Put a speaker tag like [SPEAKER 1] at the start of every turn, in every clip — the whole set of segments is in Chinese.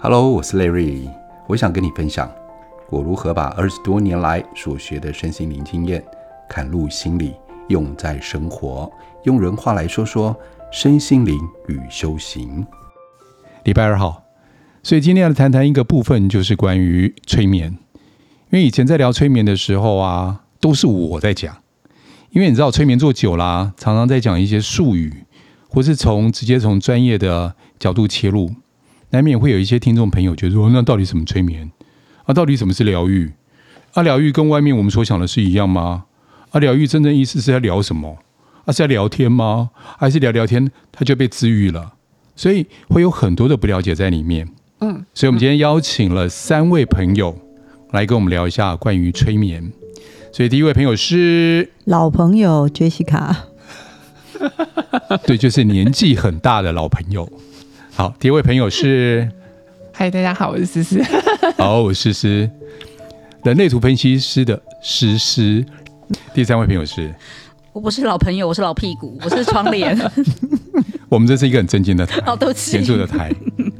[SPEAKER 1] Hello，我是雷瑞，我想跟你分享我如何把二十多年来所学的身心灵经验砍入心里，用在生活。用人话来说说身心灵与修行。
[SPEAKER 2] 礼拜二号，所以今天要谈谈一个部分，就是关于催眠。因为以前在聊催眠的时候啊，都是我在讲，因为你知道催眠做久啦、啊常常在讲一些术语，或是从直接从专业的角度切入，难免会有一些听众朋友觉得说，那到底什么催眠啊？到底什么是疗愈？啊，疗愈跟外面我们所想的是一样吗？啊，疗愈真正意思是在聊什么？啊，是在聊天吗？还是聊聊天他就被治愈了？所以会有很多的不了解在里面。嗯，所以我们今天邀请了三位朋友来跟我们聊一下关于催眠。所以第一位朋友是，
[SPEAKER 3] 老朋友 Jessica，
[SPEAKER 2] 对，就是年纪很大的老朋友。好，第一位朋友是，
[SPEAKER 4] 嗨，大家好，我是 思思。
[SPEAKER 2] 好，我是诗，人类图分析师的诗诗。第三位朋友是
[SPEAKER 5] 我不是老朋友，我是老屁股，我是窗帘。
[SPEAKER 2] 我们这是一个很正经的台，
[SPEAKER 5] 哦，对不起
[SPEAKER 2] 严，肃的台，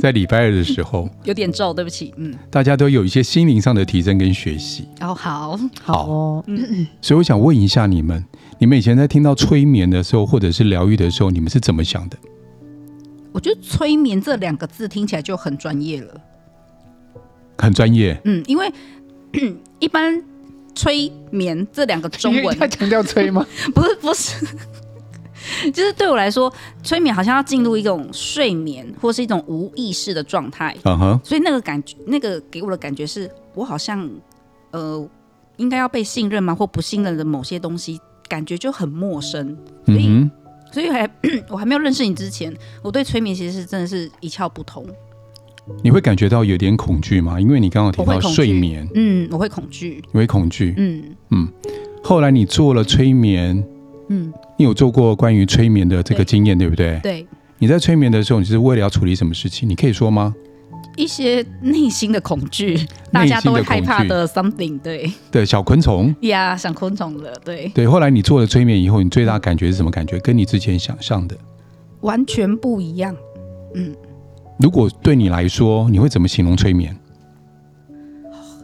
[SPEAKER 2] 在礼拜二的时候，
[SPEAKER 5] 有点皱，对不起。嗯，
[SPEAKER 2] 大家都有一些心灵上的提升跟学习。
[SPEAKER 5] 然、后好，
[SPEAKER 2] 好
[SPEAKER 3] 哦，
[SPEAKER 2] 所以我想问一下你们，你们以前在听到催眠的时候，或者是疗愈的时候，你们是怎么想的？
[SPEAKER 5] 我觉得“催眠”这两个字听起来就很专业了。
[SPEAKER 2] 很专业，
[SPEAKER 5] 嗯，因为 一般“催眠”这两个中
[SPEAKER 4] 因为
[SPEAKER 5] 文
[SPEAKER 4] 要强调吹 吗？
[SPEAKER 5] 不是不是，就是对我来说，催眠好像要进入一种睡眠或是一种无意识的状态，
[SPEAKER 2] 嗯哼，
[SPEAKER 5] 所以那个感觉，那个给我的感觉是我好像呃，应该要被信任吗？或不信任的某些东西，感觉就很陌生。所以
[SPEAKER 2] 嗯
[SPEAKER 5] 所以还 我还没有认识你之前，我对催眠其实是真的是一窍不通。
[SPEAKER 2] 哼，你会感觉到有点恐惧吗？因为你刚刚提
[SPEAKER 5] 我会
[SPEAKER 2] 到
[SPEAKER 5] 恐惧
[SPEAKER 2] 睡眠，
[SPEAKER 5] 嗯，我会恐惧。
[SPEAKER 2] 你会恐惧。
[SPEAKER 5] 嗯
[SPEAKER 2] 后来你做了催眠，
[SPEAKER 5] 嗯，
[SPEAKER 2] 你有做过关于催眠的这个
[SPEAKER 5] 对
[SPEAKER 2] 经验，对不对？
[SPEAKER 5] 对，
[SPEAKER 2] 你在催眠的时候，你是为了要处理什么事情？你可以说吗？
[SPEAKER 5] 一些内心的恐惧，大家都会害怕
[SPEAKER 2] 内心的
[SPEAKER 5] 的 something 对。
[SPEAKER 2] 对，小昆虫。
[SPEAKER 5] 呀想昆虫了，对，
[SPEAKER 2] 对，后来你做了催眠以后，你最大感觉是什么感觉？跟你之前想象的，
[SPEAKER 5] 完全不一样。
[SPEAKER 2] 如果对你来说，你会怎么形容催眠？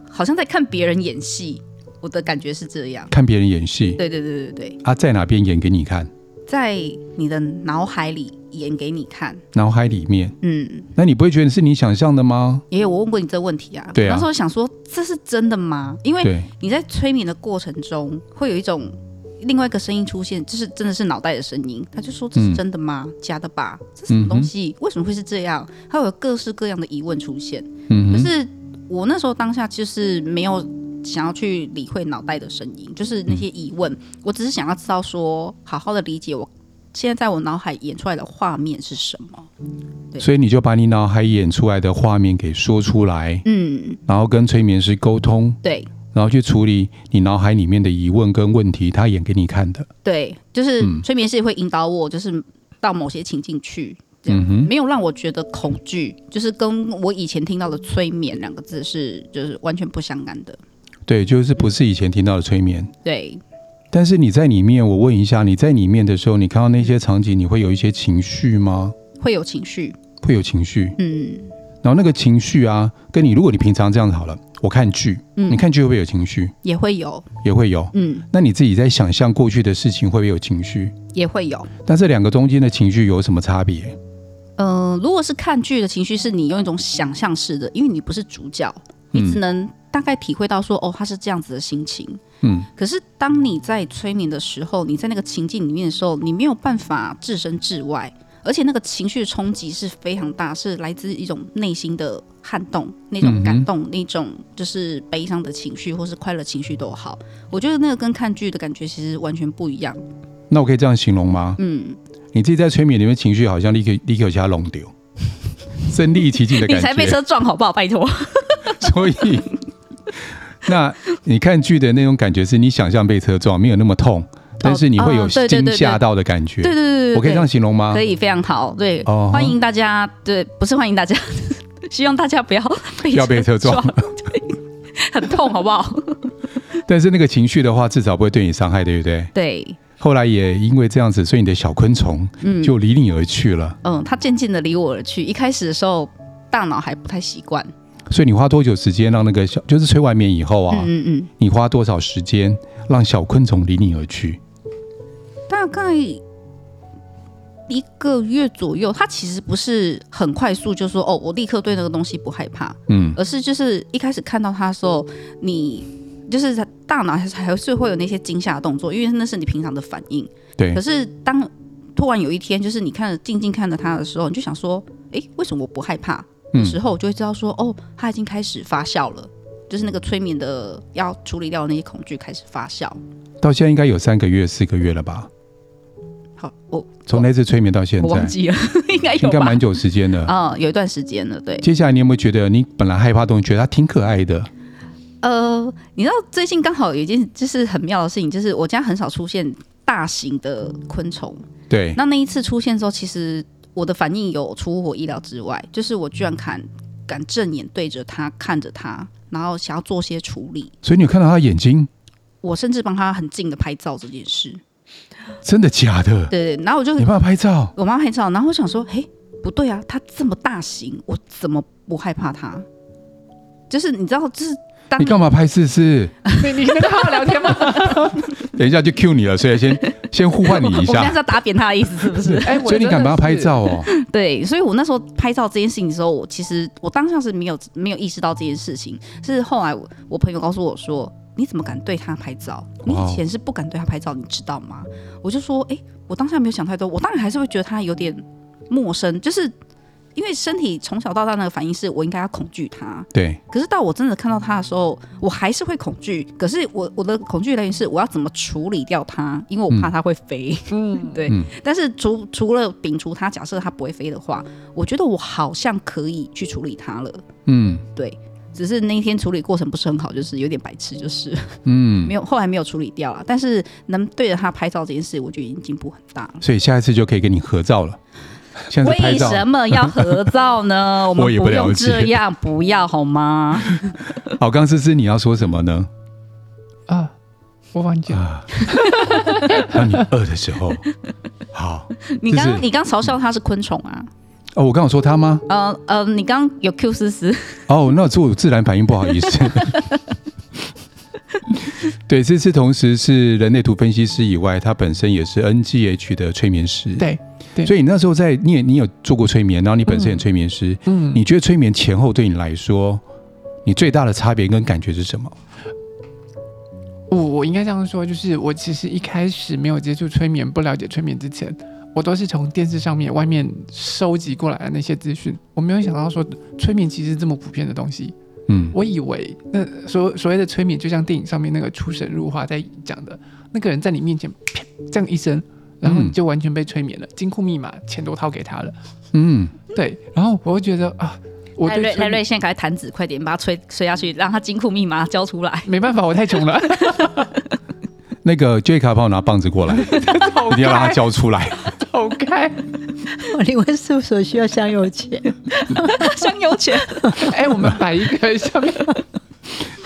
[SPEAKER 5] 好像在看别人演戏，我的感觉是这样。
[SPEAKER 2] 看别人演戏，
[SPEAKER 5] 对对对对对，
[SPEAKER 2] 啊，在哪边演给你看？
[SPEAKER 5] 在你的脑海里演给你看。
[SPEAKER 2] 脑海里面，
[SPEAKER 5] 嗯，
[SPEAKER 2] 那你不会觉得是你想象的吗？
[SPEAKER 5] 也有我问过你这个问题啊。
[SPEAKER 2] 对啊
[SPEAKER 5] 那时候想说这是真的吗？因为
[SPEAKER 2] 对，
[SPEAKER 5] 你在催眠的过程中，会有一种另外一个声音出现，就是真的是脑袋的声音。他就说：“这是真的吗？
[SPEAKER 2] 嗯
[SPEAKER 5] 假的吧？这是什么东西？为什么会是这样？”还会有各式各样的疑问出现。
[SPEAKER 2] 嗯
[SPEAKER 5] 可
[SPEAKER 2] 哼，
[SPEAKER 5] 是我那时候当下就是没有想要去理会脑袋的声音，就是那些疑问，我只是想要知道说，好好的理解我现在在我脑海演出来的画面是什么。对
[SPEAKER 2] 所以你就把你脑海演出来的画面给说出来，
[SPEAKER 5] 嗯，
[SPEAKER 2] 然后跟催眠师沟通，
[SPEAKER 5] 对
[SPEAKER 2] 然后去处理你脑海里面的疑问跟问题，他演给你看的。
[SPEAKER 5] 对，就是
[SPEAKER 2] 嗯
[SPEAKER 5] 催眠师会引导我，就是到某些情境去。这样
[SPEAKER 2] 嗯哼，
[SPEAKER 5] 没有让我觉得恐惧，就是跟我以前听到的“催眠”两个字是就是完全不相干的。
[SPEAKER 2] 对，就是不是以前听到的催眠。
[SPEAKER 5] 对，
[SPEAKER 2] 但是你在里面，我问一下，你在里面的时候，你看到那些场景，你会有一些情绪吗？
[SPEAKER 5] 会有情绪，
[SPEAKER 2] 会有情绪，
[SPEAKER 5] 嗯
[SPEAKER 2] 然后那个情绪啊，跟你如果你平常这样子好了，我看剧，
[SPEAKER 5] 嗯
[SPEAKER 2] 你看剧会不会有情绪？
[SPEAKER 5] 也会有，
[SPEAKER 2] 也会有。
[SPEAKER 5] 嗯
[SPEAKER 2] 那你自己在想象过去的事情会不会有情绪？
[SPEAKER 5] 也会有。
[SPEAKER 2] 但这两个中间的情绪有什么差别？
[SPEAKER 5] 嗯、如果是看剧的情绪，是你用一种想象式的，因为你不是主角，
[SPEAKER 2] 嗯
[SPEAKER 5] 你只能大概体会到说，哦，他是这样子的心情。
[SPEAKER 2] 嗯，
[SPEAKER 5] 可是当你在催眠的时候，你在那个情境里面的时候，你没有办法置身事外，而且那个情绪冲击是非常大，是来自一种内心的撼动、那
[SPEAKER 2] 嗯
[SPEAKER 5] 种
[SPEAKER 2] 哼
[SPEAKER 5] 感动、那种就是悲伤的情绪，或是快乐情绪都好。我觉得那个跟看剧的感觉其实完全不一样。
[SPEAKER 2] 那我可以这样形容吗？
[SPEAKER 5] 嗯，
[SPEAKER 2] 你自己在催眠里面情绪好像立刻立刻加弄丢， 身临其境的
[SPEAKER 5] 你
[SPEAKER 2] 感
[SPEAKER 5] 才被
[SPEAKER 2] 觉。
[SPEAKER 5] 车撞好不好？拜托。
[SPEAKER 2] 所以，那你看剧的那种感觉是你想象被车撞，没有那么痛，但是你会有
[SPEAKER 5] 哦对对对
[SPEAKER 2] 惊
[SPEAKER 5] 对
[SPEAKER 2] 吓到的感觉。
[SPEAKER 5] 对对对对，
[SPEAKER 2] 我可以这样形容吗
[SPEAKER 5] 可？以非常好，对，
[SPEAKER 2] 哦
[SPEAKER 5] 欢迎大家，对，不是欢迎大家， 希望大家不要 被
[SPEAKER 2] 不要被车撞
[SPEAKER 5] 对，很痛，好不好？
[SPEAKER 2] 但是那个情绪的话，至少不会对你伤害，对不对？
[SPEAKER 5] 对，
[SPEAKER 2] 后来也因为这样子，所以你的小昆虫
[SPEAKER 5] 嗯
[SPEAKER 2] 就离你而去了。
[SPEAKER 5] 嗯，他渐渐的离我而去，一开始的时候大脑还不太习惯。
[SPEAKER 2] 所以你花多久时间让那个小，就是催完眠以后啊，
[SPEAKER 5] 嗯嗯嗯，
[SPEAKER 2] 你花多少时间让小昆虫离你而去？
[SPEAKER 5] 大概一个月左右，它其实不是很快速，就说哦，我立刻对那个东西不害怕，
[SPEAKER 2] 嗯，
[SPEAKER 5] 而是就是一开始看到它的时候，你就是大脑还是还是会有那些惊吓的动作，因为那是你平常的反应。
[SPEAKER 2] 对
[SPEAKER 5] 可，是当突然有一天，就是你看着静静看着它的时候，你就想说，诶，为什么我不害怕？的
[SPEAKER 2] 嗯
[SPEAKER 5] 时候，我就会知道说，哦，它已经开始发酵了，就是那个催眠的要处理掉的那些恐惧开始发酵。
[SPEAKER 2] 到现在应该有三个月、四个月了吧？
[SPEAKER 5] 好，我
[SPEAKER 2] 从那次催眠到现
[SPEAKER 5] 我
[SPEAKER 2] 在
[SPEAKER 5] 忘，记了， 应该有
[SPEAKER 2] 应该
[SPEAKER 5] 吧
[SPEAKER 2] 蛮？久时间的。
[SPEAKER 5] 啊、有一段时间了，对。
[SPEAKER 2] 接下来你有没有觉得你本来害怕的东西，觉得它挺可爱的？
[SPEAKER 5] 呃，你知道最近刚好有一件就是很妙的事情，就是我家很少出现大型的昆虫。
[SPEAKER 2] 对，
[SPEAKER 5] 那那一次出现之后，其实我的反应有出乎我意料之外，就是我居然敢敢正眼对着它看着它，然后想要做些处理。
[SPEAKER 2] 所以你有看到它的眼睛，
[SPEAKER 5] 我甚至帮它很近的拍照这 件事，
[SPEAKER 2] 真的假的？
[SPEAKER 5] 对，然后我就
[SPEAKER 2] 你帮它拍照，
[SPEAKER 5] 我妈拍照，然后我想说，嘿，不对啊，它这么大型，我怎么不害怕它？就是你知道，就是当
[SPEAKER 2] 你干嘛拍试试？
[SPEAKER 4] 你你能好好聊天吗？
[SPEAKER 2] 等一下就 Q 你了，所以 先先互换你一
[SPEAKER 5] 我们现在
[SPEAKER 2] 下
[SPEAKER 5] 是。要打扁他的意思，是不是？
[SPEAKER 4] 哎，我
[SPEAKER 2] 所以你敢帮它拍
[SPEAKER 4] 真的是？
[SPEAKER 2] 照哦？
[SPEAKER 5] 对，所以我那时候拍照这件事情的时候，我其实我当下是没有没有意识到这件事情，是后来我我朋友告诉我说，你怎么敢对他拍照？你
[SPEAKER 2] 哇哦
[SPEAKER 5] 以前是不敢对他拍照，你知道吗？我就说，哎、我当下没有想太多，我当然还是会觉得他有点陌生，就是因为身体从小到大那个反应是我应该要恐惧他，
[SPEAKER 2] 对，
[SPEAKER 5] 可是到我真的看到他的时候，我还是会恐惧。可是我我的恐惧来源是我要怎么处理掉它，因为我怕它会飞。嗯， 对。
[SPEAKER 2] 嗯
[SPEAKER 5] 但是除除了摒除它，假设它不会飞的话，我觉得我好像可以去处理它了。
[SPEAKER 2] 嗯
[SPEAKER 5] 对，只是那一天处理过程不是很好，就是有点白痴，就是
[SPEAKER 2] 嗯
[SPEAKER 5] 没，有后来没有处理掉了。但是能对着它拍照这件事，我觉得已经进步很大了。
[SPEAKER 2] 所以下一次就可以跟你合照了。现在是拍
[SPEAKER 5] 为
[SPEAKER 2] 照
[SPEAKER 5] 什么要合照呢？我们
[SPEAKER 2] 我也不
[SPEAKER 5] 不
[SPEAKER 2] 了
[SPEAKER 5] 用
[SPEAKER 2] 解
[SPEAKER 5] 这样，不要好吗？
[SPEAKER 2] 好，刚思思你要说什么呢？
[SPEAKER 4] 啊，我忘记 了。
[SPEAKER 2] 啊，当你饿的时候，好
[SPEAKER 5] 你
[SPEAKER 2] 就是
[SPEAKER 5] 刚你刚嘲笑它是昆虫啊？
[SPEAKER 2] 哦，我刚有说他吗？
[SPEAKER 5] 呃呃，你刚刚有 Q 思思，
[SPEAKER 2] 哦，那是我自然反应，不好意 思。对，这次同时是人类图分析师以外，他本身也是 NGH 的催眠师。
[SPEAKER 4] 对，对
[SPEAKER 2] 所以你那时候在你也你有做过催眠，然后你本身也催眠师，
[SPEAKER 4] 嗯，
[SPEAKER 2] 你觉得催眠前后对你来说，你最大的差别跟感觉是什么？
[SPEAKER 4] 我我应该这样说，就是我其实一开始没有接触催眠，不了解催眠之前，我都是从电视上面外面收集过来的那些资讯，我没有想到说催眠其实是这么普遍的东西。
[SPEAKER 2] 嗯，
[SPEAKER 4] 我以为那所所谓的催眠，就像电影上面那个出神入化在讲的，那个人在你面前啪这样一声，然后
[SPEAKER 2] 嗯
[SPEAKER 4] 你就完全被催眠了，金库密码钱都掏给他了。
[SPEAKER 2] 嗯，
[SPEAKER 4] 对，然后我会觉得啊，我
[SPEAKER 5] 赖瑞
[SPEAKER 4] 对
[SPEAKER 5] 赖
[SPEAKER 4] 催
[SPEAKER 5] 瑞
[SPEAKER 4] 眠
[SPEAKER 5] 现在赶快弹指，快点把它吹吹下去，让他金库密码交出来。
[SPEAKER 4] 没办法，我太穷 了，
[SPEAKER 2] 那个 J 卡帮我拿棒子过来，一
[SPEAKER 4] 走
[SPEAKER 2] 定要让他
[SPEAKER 4] 开，
[SPEAKER 2] 交出 来。
[SPEAKER 4] 走开。
[SPEAKER 3] 我离婚事务所需要香油钱，
[SPEAKER 5] 香油钱，
[SPEAKER 4] 哎，我们摆一个下面，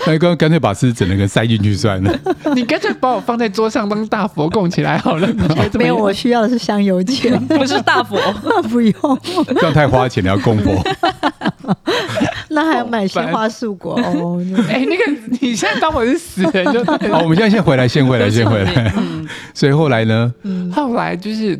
[SPEAKER 2] 那干干脆把狮子整个塞进去算了。
[SPEAKER 4] 你干脆把我放在桌上当大佛供起来好了。你觉得哎怎么
[SPEAKER 3] 没有，
[SPEAKER 4] 样
[SPEAKER 3] 我需要的是香油钱，
[SPEAKER 5] 不是大佛。
[SPEAKER 3] 不用，
[SPEAKER 2] 这样太花钱了，要供佛。
[SPEAKER 3] 那还要买鲜花素果哦。
[SPEAKER 4] 哎，那个你现在当我是死人就 对了
[SPEAKER 2] 好，我们现在先回来，先回来，先回来。 所以后来呢？
[SPEAKER 4] 后来就是，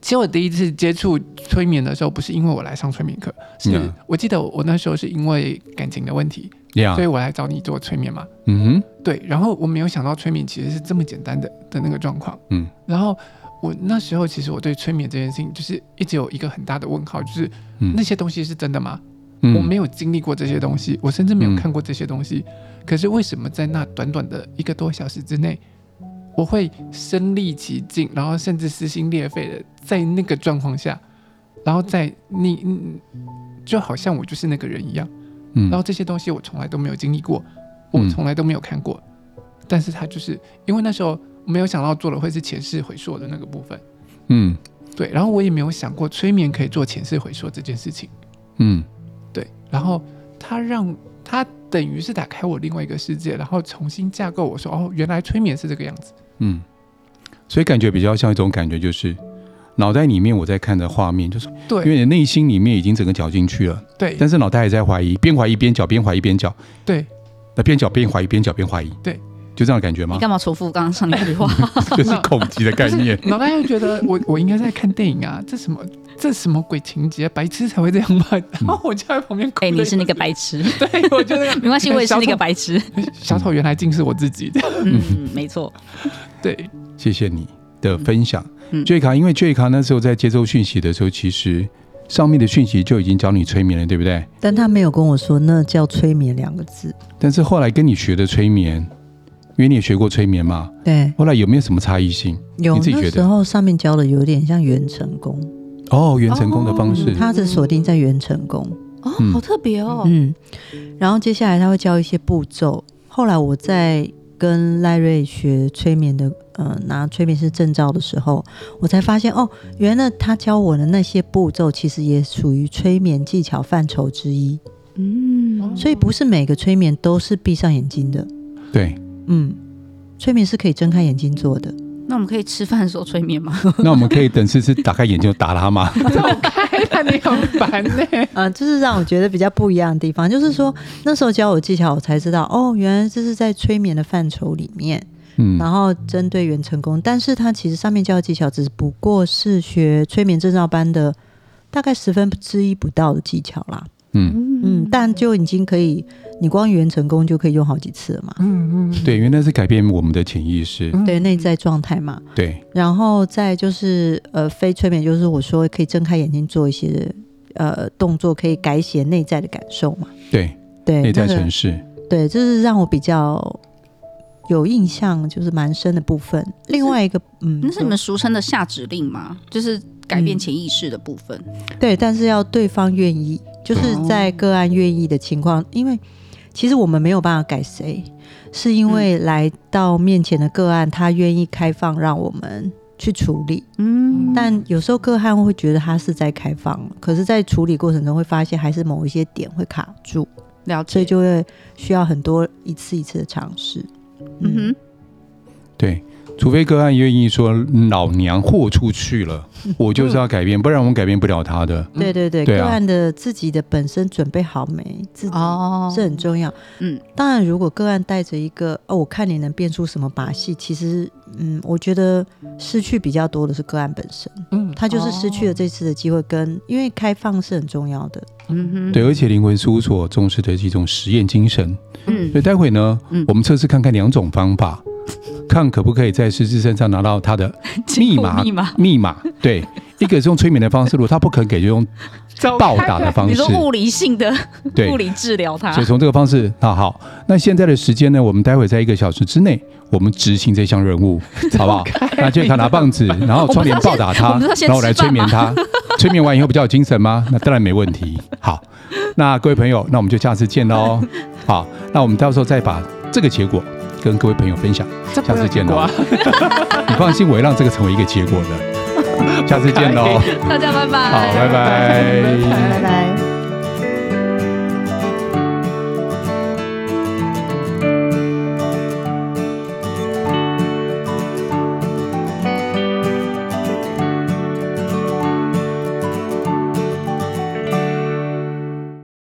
[SPEAKER 4] 其实我第一次接触催眠的时候，不是因为我来上催眠课，是、
[SPEAKER 2] 嗯
[SPEAKER 4] 我记得我那时候是因为感情的问题，
[SPEAKER 2] 呀
[SPEAKER 4] 所，以我来找你做催眠嘛。
[SPEAKER 2] 嗯哼，
[SPEAKER 4] 对，然后我没有想到催眠其实是这么简单的的那个状况。
[SPEAKER 2] 嗯，
[SPEAKER 4] 然后我那时候其实我对催眠这件事情就是一直有一个很大的问号，就是、
[SPEAKER 2] 嗯
[SPEAKER 4] 那些东西是真的吗？
[SPEAKER 2] 嗯
[SPEAKER 4] 我没有经历过这些东西，我甚至没有
[SPEAKER 2] 嗯
[SPEAKER 4] 看过这些东西。可是为什么在那短短的一个多小时之内，我会身历其境，然后甚至撕心裂肺的在那个状况下，然后在你嗯就好像我就是那个人一样。
[SPEAKER 2] 嗯
[SPEAKER 4] 然后这些东西我从来都没有经历过，我
[SPEAKER 2] 嗯
[SPEAKER 4] 从来都没有看过。但是他就是因为那时候没有想到做的会是前世回溯的那个部分，
[SPEAKER 2] 嗯
[SPEAKER 4] 对，然后我也没有想过催眠可以做前世回溯这件事情。
[SPEAKER 2] 嗯
[SPEAKER 4] 对，然后他让他等于是打开我另外一个世界，然后重新架构我说哦，原来催眠是这个样子。
[SPEAKER 2] 嗯，所以感觉比较像一种感觉，就是脑袋里面我在看的画面，就是因
[SPEAKER 4] 对
[SPEAKER 2] 为你的内心里面已经整个搅进去了，
[SPEAKER 4] 对
[SPEAKER 2] 但是脑袋还在怀疑，边怀疑边搅，边怀疑边搅，
[SPEAKER 4] 对，
[SPEAKER 2] 那边搅边怀疑，边搅边怀疑，
[SPEAKER 4] 对，
[SPEAKER 2] 就这样的感觉吗
[SPEAKER 5] 你？干嘛重复刚刚上那句话？
[SPEAKER 2] 就是恐极的概念。
[SPEAKER 4] 脑袋又觉得我我应该在看电影啊，这什么这什么鬼情节，白痴才会这样吧？
[SPEAKER 2] 嗯
[SPEAKER 4] 然后我就在旁边哭了
[SPEAKER 5] 哎，
[SPEAKER 4] 一
[SPEAKER 5] 你
[SPEAKER 4] 会儿。
[SPEAKER 5] 是那个白痴，
[SPEAKER 4] 对，我就那个
[SPEAKER 5] 没关系，我也是那个白痴。
[SPEAKER 4] 小丑，原来竟是我自己的。
[SPEAKER 5] 嗯，没错，
[SPEAKER 4] 对，
[SPEAKER 2] 谢谢你的分享
[SPEAKER 5] 嗯
[SPEAKER 2] j 卡，因为 j 卡那时候在接收讯息的时候，其实上面的讯息就已经教你催眠了，对不对？
[SPEAKER 3] 但他没有跟我说那叫催眠两个字。
[SPEAKER 2] 但是后来跟你学的催眠，因为你也学过催眠嘛，
[SPEAKER 3] 对，
[SPEAKER 2] 后来有没有什么差异性？
[SPEAKER 3] 有
[SPEAKER 2] 你自己觉
[SPEAKER 3] 那
[SPEAKER 2] 得
[SPEAKER 3] 时候上面教的有点像元成功，
[SPEAKER 2] 哦，原成功的方式，
[SPEAKER 5] 嗯
[SPEAKER 3] 他只锁定在元成功。
[SPEAKER 5] 哦
[SPEAKER 2] 嗯，
[SPEAKER 5] 好特别哦。
[SPEAKER 3] 嗯，然后接下来他会教一些步骤。后来我在跟赖瑞学催眠的，呃，拿催眠师证照的时候，我才发现哦，原来他教我的那些步骤其实也属于催眠技巧范畴之一，
[SPEAKER 5] 嗯，
[SPEAKER 3] 所以不是每个催眠都是闭上眼睛的。
[SPEAKER 2] 对。
[SPEAKER 3] 嗯，催眠是可以睁开眼睛做的。
[SPEAKER 5] 那我们可以吃饭的时候催眠吗？
[SPEAKER 2] 那我们可以等思思打开眼睛就打他 吗？
[SPEAKER 4] 那你很烦呢、
[SPEAKER 3] 呃，这是让我觉得比较不一样的地方，就是说那时候教我技巧，我才知道哦，原来这是在催眠的范畴里面。
[SPEAKER 2] 嗯，
[SPEAKER 3] 然后针对原成功，但是他其实上面教的技巧只不过是学催眠证照班的大概十分之一不到的技巧啦。
[SPEAKER 2] 嗯，
[SPEAKER 3] 嗯，但就已经可以，你光原成功就可以用好几次了嘛，
[SPEAKER 4] 嗯嗯，
[SPEAKER 2] 对，因为那是改变我们的潜意识。
[SPEAKER 4] 嗯
[SPEAKER 3] 对内在状态嘛。
[SPEAKER 2] 对，
[SPEAKER 3] 然后再就是呃非催眠，就是我说可以睁开眼睛做一些呃动作，可以改写内在的感受嘛。
[SPEAKER 2] 对，
[SPEAKER 3] 对，
[SPEAKER 2] 内在
[SPEAKER 3] 那个
[SPEAKER 2] 城市，
[SPEAKER 3] 对，这是让我比较。有印象就是蛮深的部分，另外一个嗯，
[SPEAKER 5] 那是你们俗称的下指令吗？就是改变潜意识的部分。
[SPEAKER 3] 对，但是要对方愿意，就是
[SPEAKER 5] 哦
[SPEAKER 3] 在个案愿意的情况，因为其实我们没有办法改谁，是
[SPEAKER 5] 嗯
[SPEAKER 3] 因为来到面前的个案，他愿意开放让我们去处理。
[SPEAKER 5] 嗯
[SPEAKER 3] 但有时候个案会觉得他是在开放，可是，在处理过程中会发现还是某一些点会卡住，
[SPEAKER 5] 了解，
[SPEAKER 3] 所以就会需要很多一次一次的尝试。
[SPEAKER 5] 嗯哼，
[SPEAKER 2] 对，除非个案愿意说老娘豁出去 了，我就是要改变，不然我们改变不了他的。
[SPEAKER 5] 嗯
[SPEAKER 3] 对对对，
[SPEAKER 2] 对啊
[SPEAKER 3] 个案的自己的本身准备好没，自己
[SPEAKER 5] 哦，
[SPEAKER 3] 这很重要。
[SPEAKER 5] 嗯，
[SPEAKER 3] 当然，如果个案带着一个哦，我看你能变出什么把戏，其实嗯，我觉得失去比较多的是个案本身，
[SPEAKER 4] 嗯，
[SPEAKER 3] 他就是失去了这次的机会跟，因为开放是很重要的。
[SPEAKER 5] 嗯哼，
[SPEAKER 2] 对，而且灵魂事务所重视的是一种实验精神。所
[SPEAKER 5] 嗯
[SPEAKER 2] 以待会呢，
[SPEAKER 5] 嗯
[SPEAKER 2] 我们测试看看两种方法，看可不可以在狮子身上拿到他 的密码。
[SPEAKER 5] 密码，
[SPEAKER 2] 密码 对，一个是用催眠的方式，如果他不肯给，就用暴打的方
[SPEAKER 5] 你
[SPEAKER 2] 式
[SPEAKER 5] 说。物理性的
[SPEAKER 2] 对
[SPEAKER 5] 物，理治疗它
[SPEAKER 2] 所以，从这个方式，那好，那现在的时间呢？我们待会在一个小时之内，我们执行这项任 务，好不好？那就卡拿棒子，然后窗帘暴打他
[SPEAKER 5] 我们不是要，先
[SPEAKER 2] 然后我来催眠
[SPEAKER 5] 吃
[SPEAKER 2] 他。催眠完以后比较有精神吗？那当然没问题。好，那各位朋友，那我们就下次见喽。好，那我们到时候再把这个结果跟各位朋友分享。
[SPEAKER 4] 这不
[SPEAKER 2] 下次
[SPEAKER 4] 要
[SPEAKER 2] 见
[SPEAKER 4] 过
[SPEAKER 2] 喽
[SPEAKER 4] 啊。
[SPEAKER 2] 你放心，我会让这个成为一个结果的。下次见喽。
[SPEAKER 5] 大家拜拜，
[SPEAKER 2] 好，拜拜
[SPEAKER 4] 拜拜
[SPEAKER 3] 拜拜。